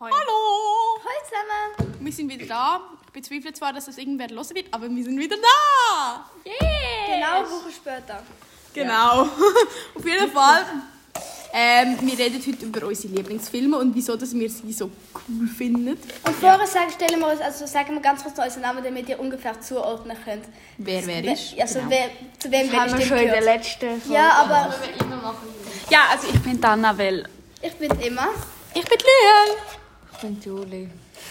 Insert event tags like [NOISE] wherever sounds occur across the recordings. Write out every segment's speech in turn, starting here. Hoi. Hallo! Hallo zusammen! Wir sind wieder da. Ich bezweifle zwar, dass das irgendwer hören wird, aber wir sind wieder da! Genau eine Woche später. Genau. Auf jeden Fall. Ähm, wir reden heute über unsere Lieblingsfilme und wieso dass wir sie so cool finden. Und vorher sagen, stellen wir uns, also sagen wir ganz kurz noch unseren Namen, damit ihr ungefähr zuordnen könnt. Wer wer ist. [LAUGHS] Wer- Also Genau. wer, zu wem Haben wer wir schon in der gehört. letzten Folge. Ja, aber Ja, also ich bin die Annabelle. ich bin Emma. Ich bin Lil. Ich bin [LAUGHS] Juli.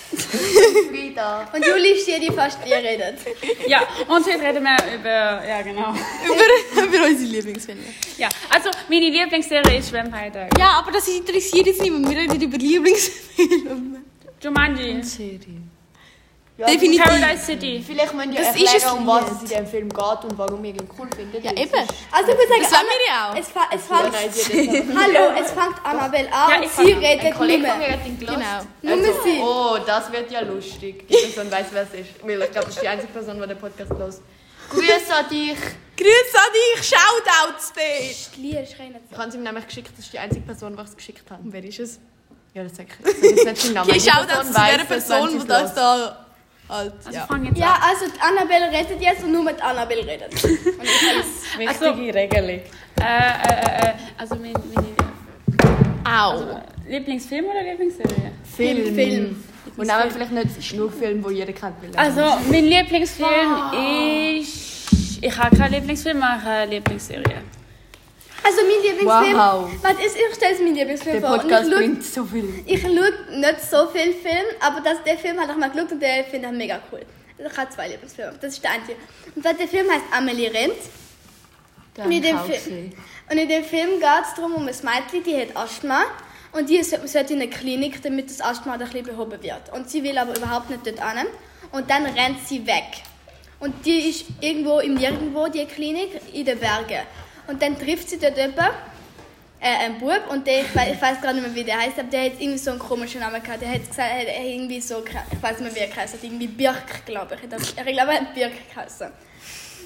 Und Juli ist die, die fast nie redet. Ja, und heute reden wir über... Ja, genau. Über, über unsere Lieblingsfilme. Ja, also meine Lieblingsserie ist Vampire Diaries. Ja, aber das interessiert jetzt niemand. Wir reden über Lieblingsfilme. Jumanji. Definitiv. Paradise City. Vielleicht müsst ihr Das erklären, ist es um was es in diesem Film geht und warum ihr ihn cool findet. Ja, Weil es eben. ist- Also ich würde Das sagen sagen, wir ja auch. es, fa- es Ja, fängt... nein, sie redet nicht. Hallo, es fängt Annabelle an Ja, und ich sie fang- Ein redet nicht Kollege von mir mehr. hat ihn gelost. Genau. Nur Also, sie. Oh, das wird ja lustig. Die Person weiß, wer es ist. Weil ich glaube, das ist die einzige Person, die den Podcast los. Grüße an dich. Grüß an dich, Shoutouts, Babe. Die Lieder schreien jetzt. Ich habe es ihm nämlich geschickt. Das ist die einzige Person, die ich es geschickt habe. Und wer ist es? Ja, das sag ich. Das ist nicht [LAUGHS] sein Name. Okay, Die Shoutouts zu der weiß es, wenn Person, sie die das es da... Halt, Also ja. fang jetzt Ja, an. also die Annabelle redet jetzt und nur mit Annabelle redet. Und ich weiß. Also, äh, Regelung. äh, äh, also mein, meine Also, äh, Au. Lieblingsfilm oder Lieblingsserie? Film. Film. Und dann vielleicht nicht Schnurfilm, wo jeder kennt. weil- Also mein Lieblingsfilm Ah. ist... Ich habe keinen Lieblingsfilm, aber ich habe eine Lieblingsserie. Also mein Lieblingsfilm... Wow. Was ist, ich stelle es mein Lieblingsfilm der vor. Und Podcast ich schau- bringt so viel. Ich schaue nicht so viel Film, aber das, der Film habe ich mal geschaut und den finde ich mega cool. Also ich habe zwei Lieblingsfilme, das ist der einzige. Und zwar der Film heißt Amelie rennt. Und in, dem Film, und in dem Film geht es darum, um ein Mädchen, die hat Asthma. Und die so- sollte in eine Klinik, damit das Asthma ein bisschen behoben wird. Und sie will aber überhaupt nicht dort hin. Und dann rennt sie weg. Und die ist irgendwo im Nirgendwo, die Klinik, in den Bergen. Und dann trifft sie dort jemanden äh, ein Bub und der, ich weiß, ich weiß gar nicht mehr, wie der heißt, aber der hat irgendwie so einen komischen Namen gehabt. Der hat gesagt, er hat irgendwie so, ich weiß nicht mehr, wie er heißt, irgendwie Birk, glaube ich. Er hat- Ich glaube, er hat Birk geheißen.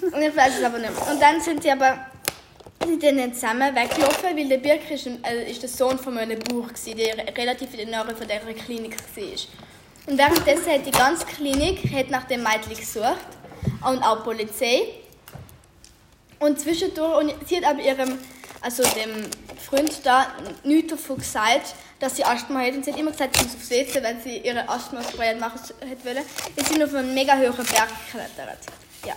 Und ich weiß es also aber nicht mehr. Und dann sind sie aber sind die dann zusammen weggelaufen, weil der Birk ist, ein, äh, ist der Sohn von einem Bauer gewesen, der relativ in der Nähe von dieser Klinik war. Und währenddessen hat die ganze Klinik hat nach dem Mädchen gesucht und auch die Polizei. Und zwischendurch, und sie hat aber ihrem, also dem Freund da nichts davon gesagt, dass sie Asthma hat. Und sie hat immer gesagt, sie muss aufs WC, wenn sie ihre Asthma-Spray machen hätte wollen. Jetzt sind sie auf einen mega hohen Berg geklettert. Ja.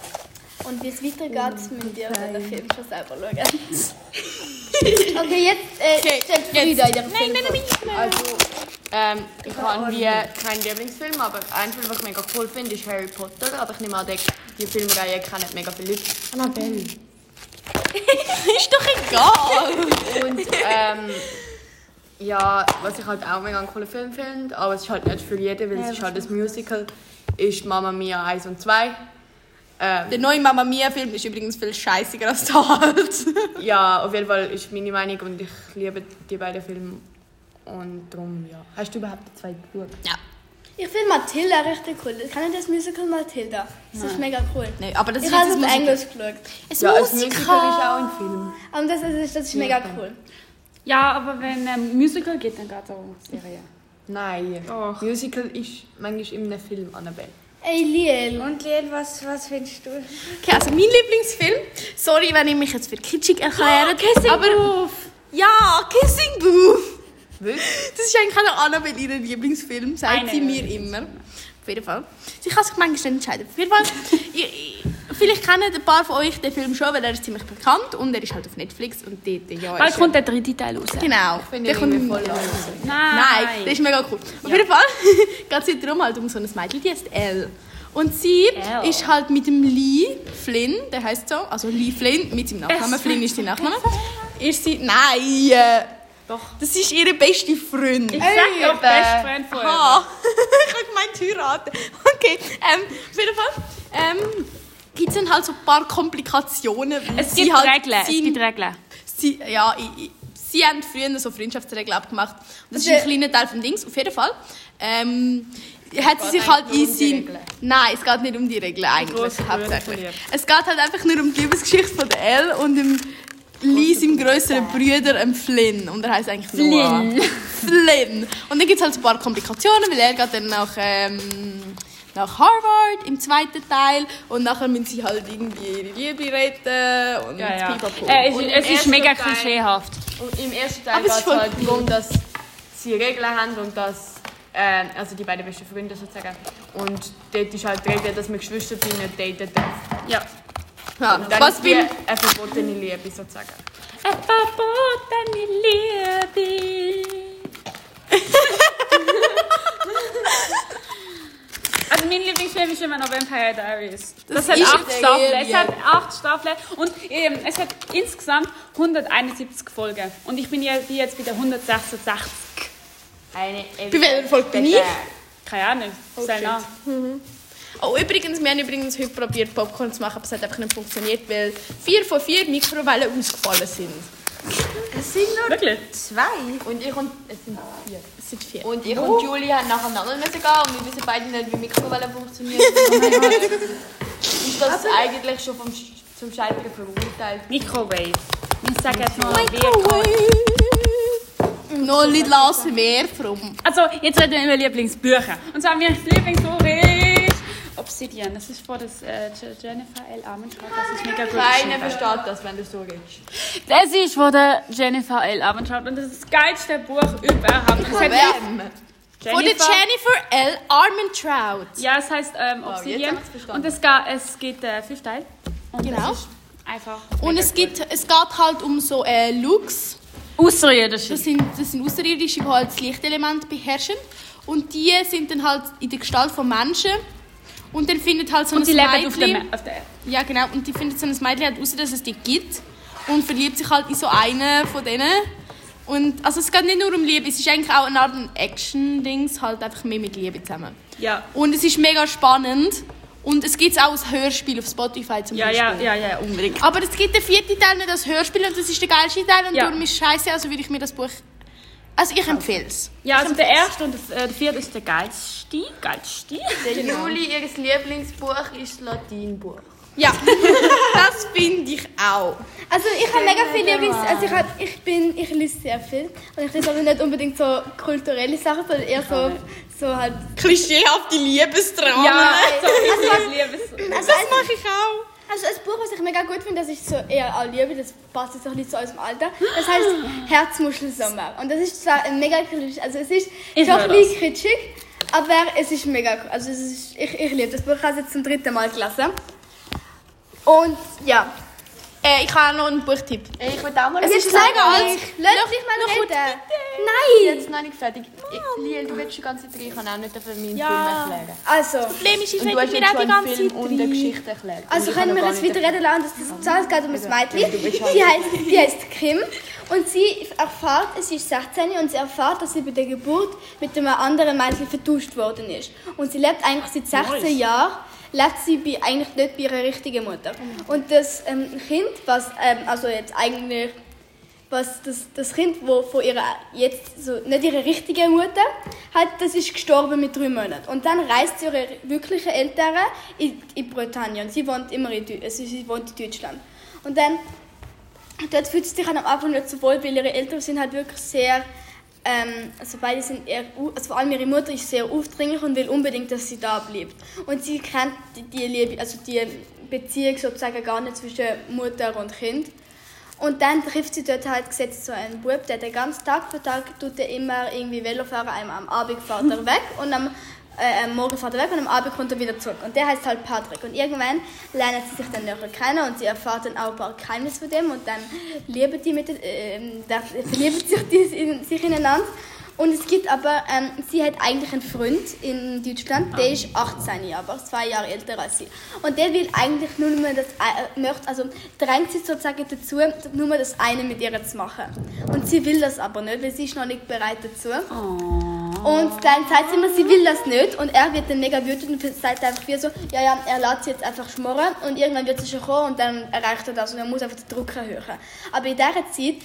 Und wie es Oh, weitergeht, müsst ihr den Film schon selber [LAUGHS] schauen. okay, jetzt äh, stellt Frieda ihren Film vor. Also, ähm, ich habe wie keinen Lieblingsfilm, aber einen Film, den ich mega cool finde, ist Harry Potter. Aber ich nehme an, die die Filmreihe kennen mega viele Leute. Annabelle. Ist doch egal. Und, ähm, ja, was ich halt auch mega einen coolen Film finde, aber es ist halt nicht für jeden, weil es ist halt ein Musical, ist Mamma Mia 1 und 2. Ähm, Der neue Mamma Mia-Film ist übrigens viel scheißiger als der alte. ja, auf jeden Fall ist meine Meinung und ich liebe die beiden Filme. Und darum, ja. Hast du überhaupt die zweite geschaut? Ja. Ich finde Matilda richtig cool. Kann ich das Musical Matilda? Das ist mega cool. Nein, aber das Ich ist habe es jetzt auf ein Musical. Englisch geschaut. Es Ja, muss als Musical ist auch ein Film. Und das ist, das ist mega cool. Ja, aber wenn ein Musical geht, dann geht es auch um Serie. Nein. Doch. Musical ist manchmal in einem Film, Annabelle. Ey, Liel. Und Lien, was, was findest du? Okay, also mein Lieblingsfilm. Sorry, wenn ich mich jetzt für kitschig erkläre. Kissing aber Ja, Kissing Booth. Was? Das ist eigentlich auch noch Annabelle ihr Lieblingsfilm, sagt Einer sie mir immer. Auf jeden Fall. Sie kann sich manchmal nicht entscheiden. Auf jeden Fall, ich, ich, vielleicht kennen ein paar von euch den Film schon, weil er ist ziemlich bekannt und er ist halt auf Netflix und dort, ja. Bald ist kommt der dritte Teil raus. er- Genau. Finde Der ich kommt- irgendwie voll ja. nice. Nein, das ist mega cool. Auf jeden Fall [LAUGHS] geht es darum, halt um so ein Mädchen, die heißt Elle. Und sie Elle. ist halt mit dem Lee Flynn, der heißt so, also Lee Flynn mit seinem Nachnamen, Es- Flynn ist sein Nachname. Ist sie, nein, äh, Doch. das ist ihre beste Freundin. Ich sag doch, Best Friend forever. Aha, [LAUGHS] ich habe gemeint heiraten. Okay, ähm, auf jeden Fall ähm, gibt es dann halt so ein paar Komplikationen. weil Es sie gibt halt- Regeln, es sie- gibt Regeln. sie, ja, ich, ich, sie haben früher so Freundschaftsregeln abgemacht. Und das ist Der- ein kleiner Teil von Dings, auf jeden Fall. Ähm, hat sie sich halt in eigentlich nur um die sein... Regeln. Nein, es geht nicht um die Regeln eigentlich, grosse Brüder hauptsächlich. verliebt. Es geht halt einfach nur um die Liebesgeschichte von der Elle und dem Lee seinem größeren Bruder, einem Flynn. Und er heißt eigentlich Noah. Flynn. Und dann gibt es halt ein paar Komplikationen, weil er geht dann nach, ähm, nach Harvard im zweiten Teil. Und nachher müssen sie halt irgendwie ihre Liebe retten. Und Ja, ja. pipapo. Äh, es, Und im ist- es ist ersten mega Teil- klischeehaft. Und im ersten Teil Aber geht es ist es voll halt cool. darum, dass sie Regeln haben und dass ähm, also die beiden besten Freunde sozusagen. Und dort ist halt die Regel, dass man Geschwister sind nicht daten darf. Ja. ja. Und dann Was ist die beim eine verbotene Liebe sozusagen. Eine verbotene Liebe. [LAUGHS] also mein Lieblingsfilm ist immer noch Vampire Diaries. Das, hat ist acht eine Staffeln. Serie. Es hat acht Staffeln und ähm, es hat insgesamt 171 Folgen. Und ich bin ja bin jetzt bei der 166. Eine Bei welcher Folge bin ich? Äh, Keine Ahnung. Sei nach. Oh, übrigens, wir haben übrigens heute probiert, Popcorn zu machen, aber es hat einfach nicht funktioniert, weil vier von vier Mikrowellen ausgefallen sind. Es sind nur Wirklich? zwei. Und ich und, es sind vier. Es sind vier. und ich und Julie haben nacheinander müssen gehen und wir wissen beide nicht, wie [LAUGHS] Mikrowellen funktionieren. ist das eigentlich schon vom, Sch- zum Scheitern verurteilt? Microwave. Ich sage jetzt mal Wirkung. Microwave. Noch nicht lassen mehr vom. Also, jetzt reden wir über Lieblingsbücher. Und zwar mein Lieblingsbuch ist Obsidian. Das ist von das, äh, Je- Jennifer L. Abenteuer. Das ist mega gut. Keiner geschrieben. versteht das, wenn du so redest. Das ist von der Jennifer L. Abenteuer. Und das ist das geilste Buch überhaupt. Und es hat Von der Oh, Jennifer L. Armentrout. Ja, es heißt ähm, jetzt Obsidian. haben wir's verstanden. Und es, ga, es gibt äh, fünf Teile. Und Genau. Es ist einfach. Und mega es, gut. gibt, es geht halt um so äh, Looks. Außerirdische. Das sind, das sind Außerirdische, die halt das Lichtelement beherrschen. Und die sind dann halt in der Gestalt von Menschen. Und dann findet halt so Und ein sie leben auf der, Mädchen- Ma- auf der Erde. Ja, genau. Und die findet so ein Mädchen halt raus, dass es die gibt. Und verliebt sich halt in so einen von denen. Und also es geht nicht nur um Liebe, es ist eigentlich auch eine Art Action-Dings, halt einfach mehr mit Liebe zusammen. Ja. Und es ist mega spannend. Und es gibt es auch als Hörspiel auf Spotify zum Ja, Beispiel. ja, ja, ja, unbedingt. Aber es gibt den vierten Teil nicht als Hörspiel und das ist der geilste Teil und Ja. darum ist scheiße, also würde ich mir das Buch... Also ich empfehle es. Ja, also der erste und der, äh, der vierte ist der geilste. Geilste. Der Juli, ihr Lieblingsbuch ist das Latinbuch. Ja, das finde ich auch. Also ich habe mega viel Lieblings... Also ich, hab, ich bin... Ich lese sehr viel. Und ich lese aber nicht unbedingt so kulturelle Sachen, sondern eher so... So halt... Klischeehafte Liebesdramen. [LAUGHS] Ja, so ist mein Liebes. Also, Das mache ich auch. also ein Buch, was ich mega gut finde, das ich so eher auch liebe, das passt jetzt auch nicht zu unserem Alter. Das [GASPS] heißt Herzmuschelsommer. Und das ist zwar ein mega kritisch, also es ist Ich doch höre ein bisschen kritisch, aber es ist mega cool. Also es ist, ich, ich liebe das Buch, ich habe es jetzt zum dritten Mal gelesen. Und ja. Äh, ich habe noch einen Buchtipp. Ich würde auch mal Es ist mega alt. Lass dich mal noch reden. Ich Nein! bin jetzt noch nicht fertig. Ich- Liel, du willst schon ganz rein, ich kann auch nicht dafür meinen Film erklären. Also, Problem ist, ich Und du rede hast mir jetzt auch schon die einen ganze Film Zeit und eine rein. Geschichte erklärt. also Und ich können wir kann jetzt noch wieder gar reden lassen, dass das so es geht um ein Mädchen. bist halt- Sie heißt, sie heißt Kim und sie erfährt, sie ist 16 und sie erfährt, dass sie bei der Geburt mit einem anderen Mädchen vertauscht worden ist. Und sie lebt eigentlich seit 16 Jahren, lebt sie bei, eigentlich nicht bei ihrer richtigen Mutter. Und das ähm, Kind, was ähm, also jetzt eigentlich was das, das Kind, wo von ihrer jetzt so nicht ihre richtige Mutter hat, das ist gestorben mit drei Monaten. Und dann reist sie ihre wirklichen Eltern in, in Britannien. Sie wohnt immer in, Deu- also sie wohnt in Deutschland. Und dann dort fühlt sie sich halt am Anfang nicht so wohl, weil ihre Eltern sind halt wirklich sehr, ähm, also beide sind eher, au- also vor allem ihre Mutter ist sehr aufdringlich und will unbedingt, dass sie da bleibt. Und sie kennt die, die Liebe, also die Beziehung sozusagen gar nicht zwischen Mutter und Kind. Und dann trifft sie dort halt gesetzt so einen Bub, der den ganzen Tag für Tag tut er immer irgendwie Velo fahren, am, am Abend fährt er weg und am, äh, am Morgen fährt er weg und am Abend kommt er wieder zurück. Und der heißt halt Patrick. Und irgendwann lernen sie sich dann näher kennen und sie erfahren dann auch ein paar Geheimnisse von dem und dann lieben die mit, äh, da verlieben sich die in, sich ineinander. Und es gibt aber, ähm, sie hat eigentlich einen Freund in Deutschland, der ist 18 Jahre, aber zwei Jahre älter als sie. Und der will eigentlich nur mehr das, äh, möchte, also drängt sie sozusagen dazu, nur mehr das eine mit ihr zu machen. Und sie will das aber nicht, weil sie ist noch nicht bereit dazu. Und dann sagt sie immer, sie will das nicht. Und er wird dann mega wütend und sagt einfach wieder so, ja, ja, er lässt sie jetzt einfach schmoren. Und irgendwann wird sie schon kommen und dann erreicht er das. Und er muss einfach den Druck erhöhen. Aber in dieser Zeit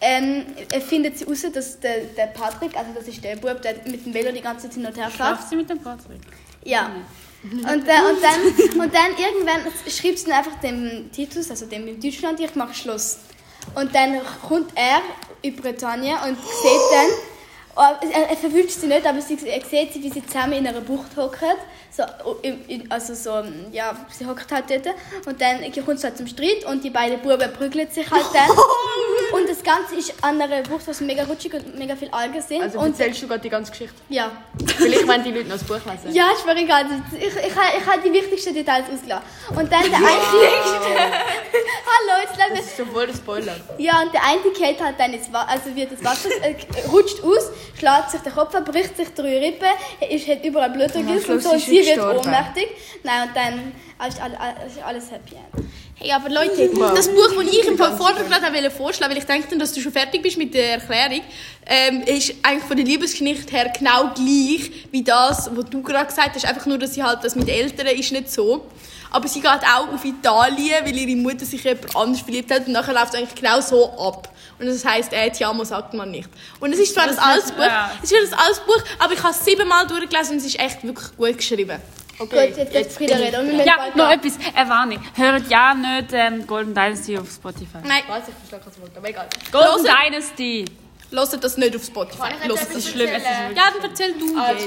ähm, er findet sie raus, dass der, der Patrick, also das ist der Bub, der mit dem Velo die ganze Zeit hin und her fährt. Schlaft sie mit dem Patrick? Ja. Und, dann, und, dann, und dann irgendwann schreibt sie dann einfach dem Titus, also dem in Deutschland, ich mache Schluss. Und dann kommt er in Britannien und sieht dann, oh, er, er verwünscht sie nicht, aber sie, er sieht sie, wie sie zusammen in einer Bucht hocken. So, im- in- also so, ja, sie hockt halt dort. Und dann kommt es halt zum Streit und die beiden Buben prügeln sich halt dann. Und das Ganze ist an einer Bucht, wo es mega rutschig und mega viel Algen sind. Also und erzählst du gerade die ganze Geschichte. ja, Vielleicht wollen die Leute noch das Buch lesen. ja, ist mir egal. Ich, ich, ich, ich habe die wichtigsten Details ausgelassen. Und dann der eine... Hallo, jetzt lass mich... Das ist doch wohl ein Spoiler. Ja, und der eine geht halt dann ins Wasser, also wird das Wasser, äh, rutscht aus, schlägt sich den Kopf an, bricht sich drei Rippen, ist, hat überall Blutvergiss am und so, Schluss und ist sie sie wird gestorben. ohnmächtig. Nein, und dann ist alles, ist alles happy end. Hey, aber Leute, das Buch, das ich im Vortrag gerade auch wollte vorschlagen weil ich denke, dass du schon fertig bist mit der Erklärung, ähm, ist eigentlich von der Liebesgeschichte her genau gleich wie das, was du gerade gesagt hast. Einfach nur, dass sie halt das mit Eltern ist nicht so. Aber sie geht auch auf Italien, weil ihre Mutter sich in jemand anders verliebt hat und nachher läuft es eigentlich genau so ab. Und das heisst, äh, Tiamo sagt man nicht. Und es ist zwar das alles Buch, ja. es ist zwar das alles Buch, aber ich habe es siebenmal durchgelesen und es ist echt wirklich gut geschrieben. Gut, jetzt wird Frieda reden. Und wir müssen Ja, bald noch gehen. etwas. Eine Warnung. Hört ja nicht ähm, Golden Dynasty auf Spotify. Nein, Ich weiß, ich verstehe kein Wort, aber egal. Golden Hört- Dynasty. hört das nicht auf Spotify. Kann ich Hört jetzt es etwas schlimm, es ist erzählen? Ja, dann erzähl du jetzt. Also,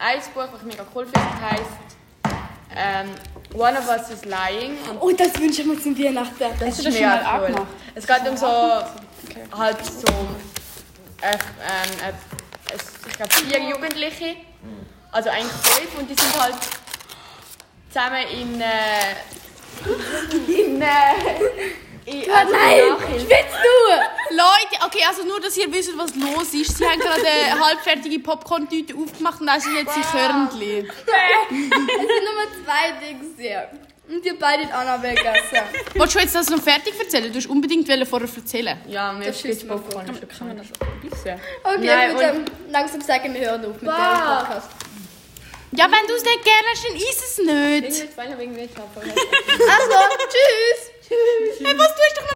ein Buch, das ich mega cool finde, das heisst ähm, One of Us is Lying. Und Oh, das wünschen wir uns in Weihnachten. das ist das schon mal mega cool. angemacht? Es geht um so, halt so, äh, ähm, äh, es- ich glaube vier Jugendliche, also eigentlich fünf, und die sind halt zusammen in, äh, in, äh, in, also in Nachhilfe. Leute, okay, also nur, dass ihr wisst, was los ist. Sie haben gerade [LAUGHS] eine halbfertige Popcorn-Tüte aufgemacht und da sind jetzt die Körnchen. Es sind nur zwei Dinge sehr. Und ihr beide auch noch vergessen. [LAUGHS] Wolltest du jetzt das noch fertig erzählen? Du hast unbedingt wollen vorher erzählen. Ja, mir Das ist jetzt schießt man Popcorn. Ich kann man das Okay, Nein, mit dem, langsam sagen wir hören auf mit dem Bah. Podcast. Ja, wenn du es nicht gerne hast, dann ist es nicht. Irgendwie, wegen mir, ich habe Also, tschüss! Hey, was tust du noch?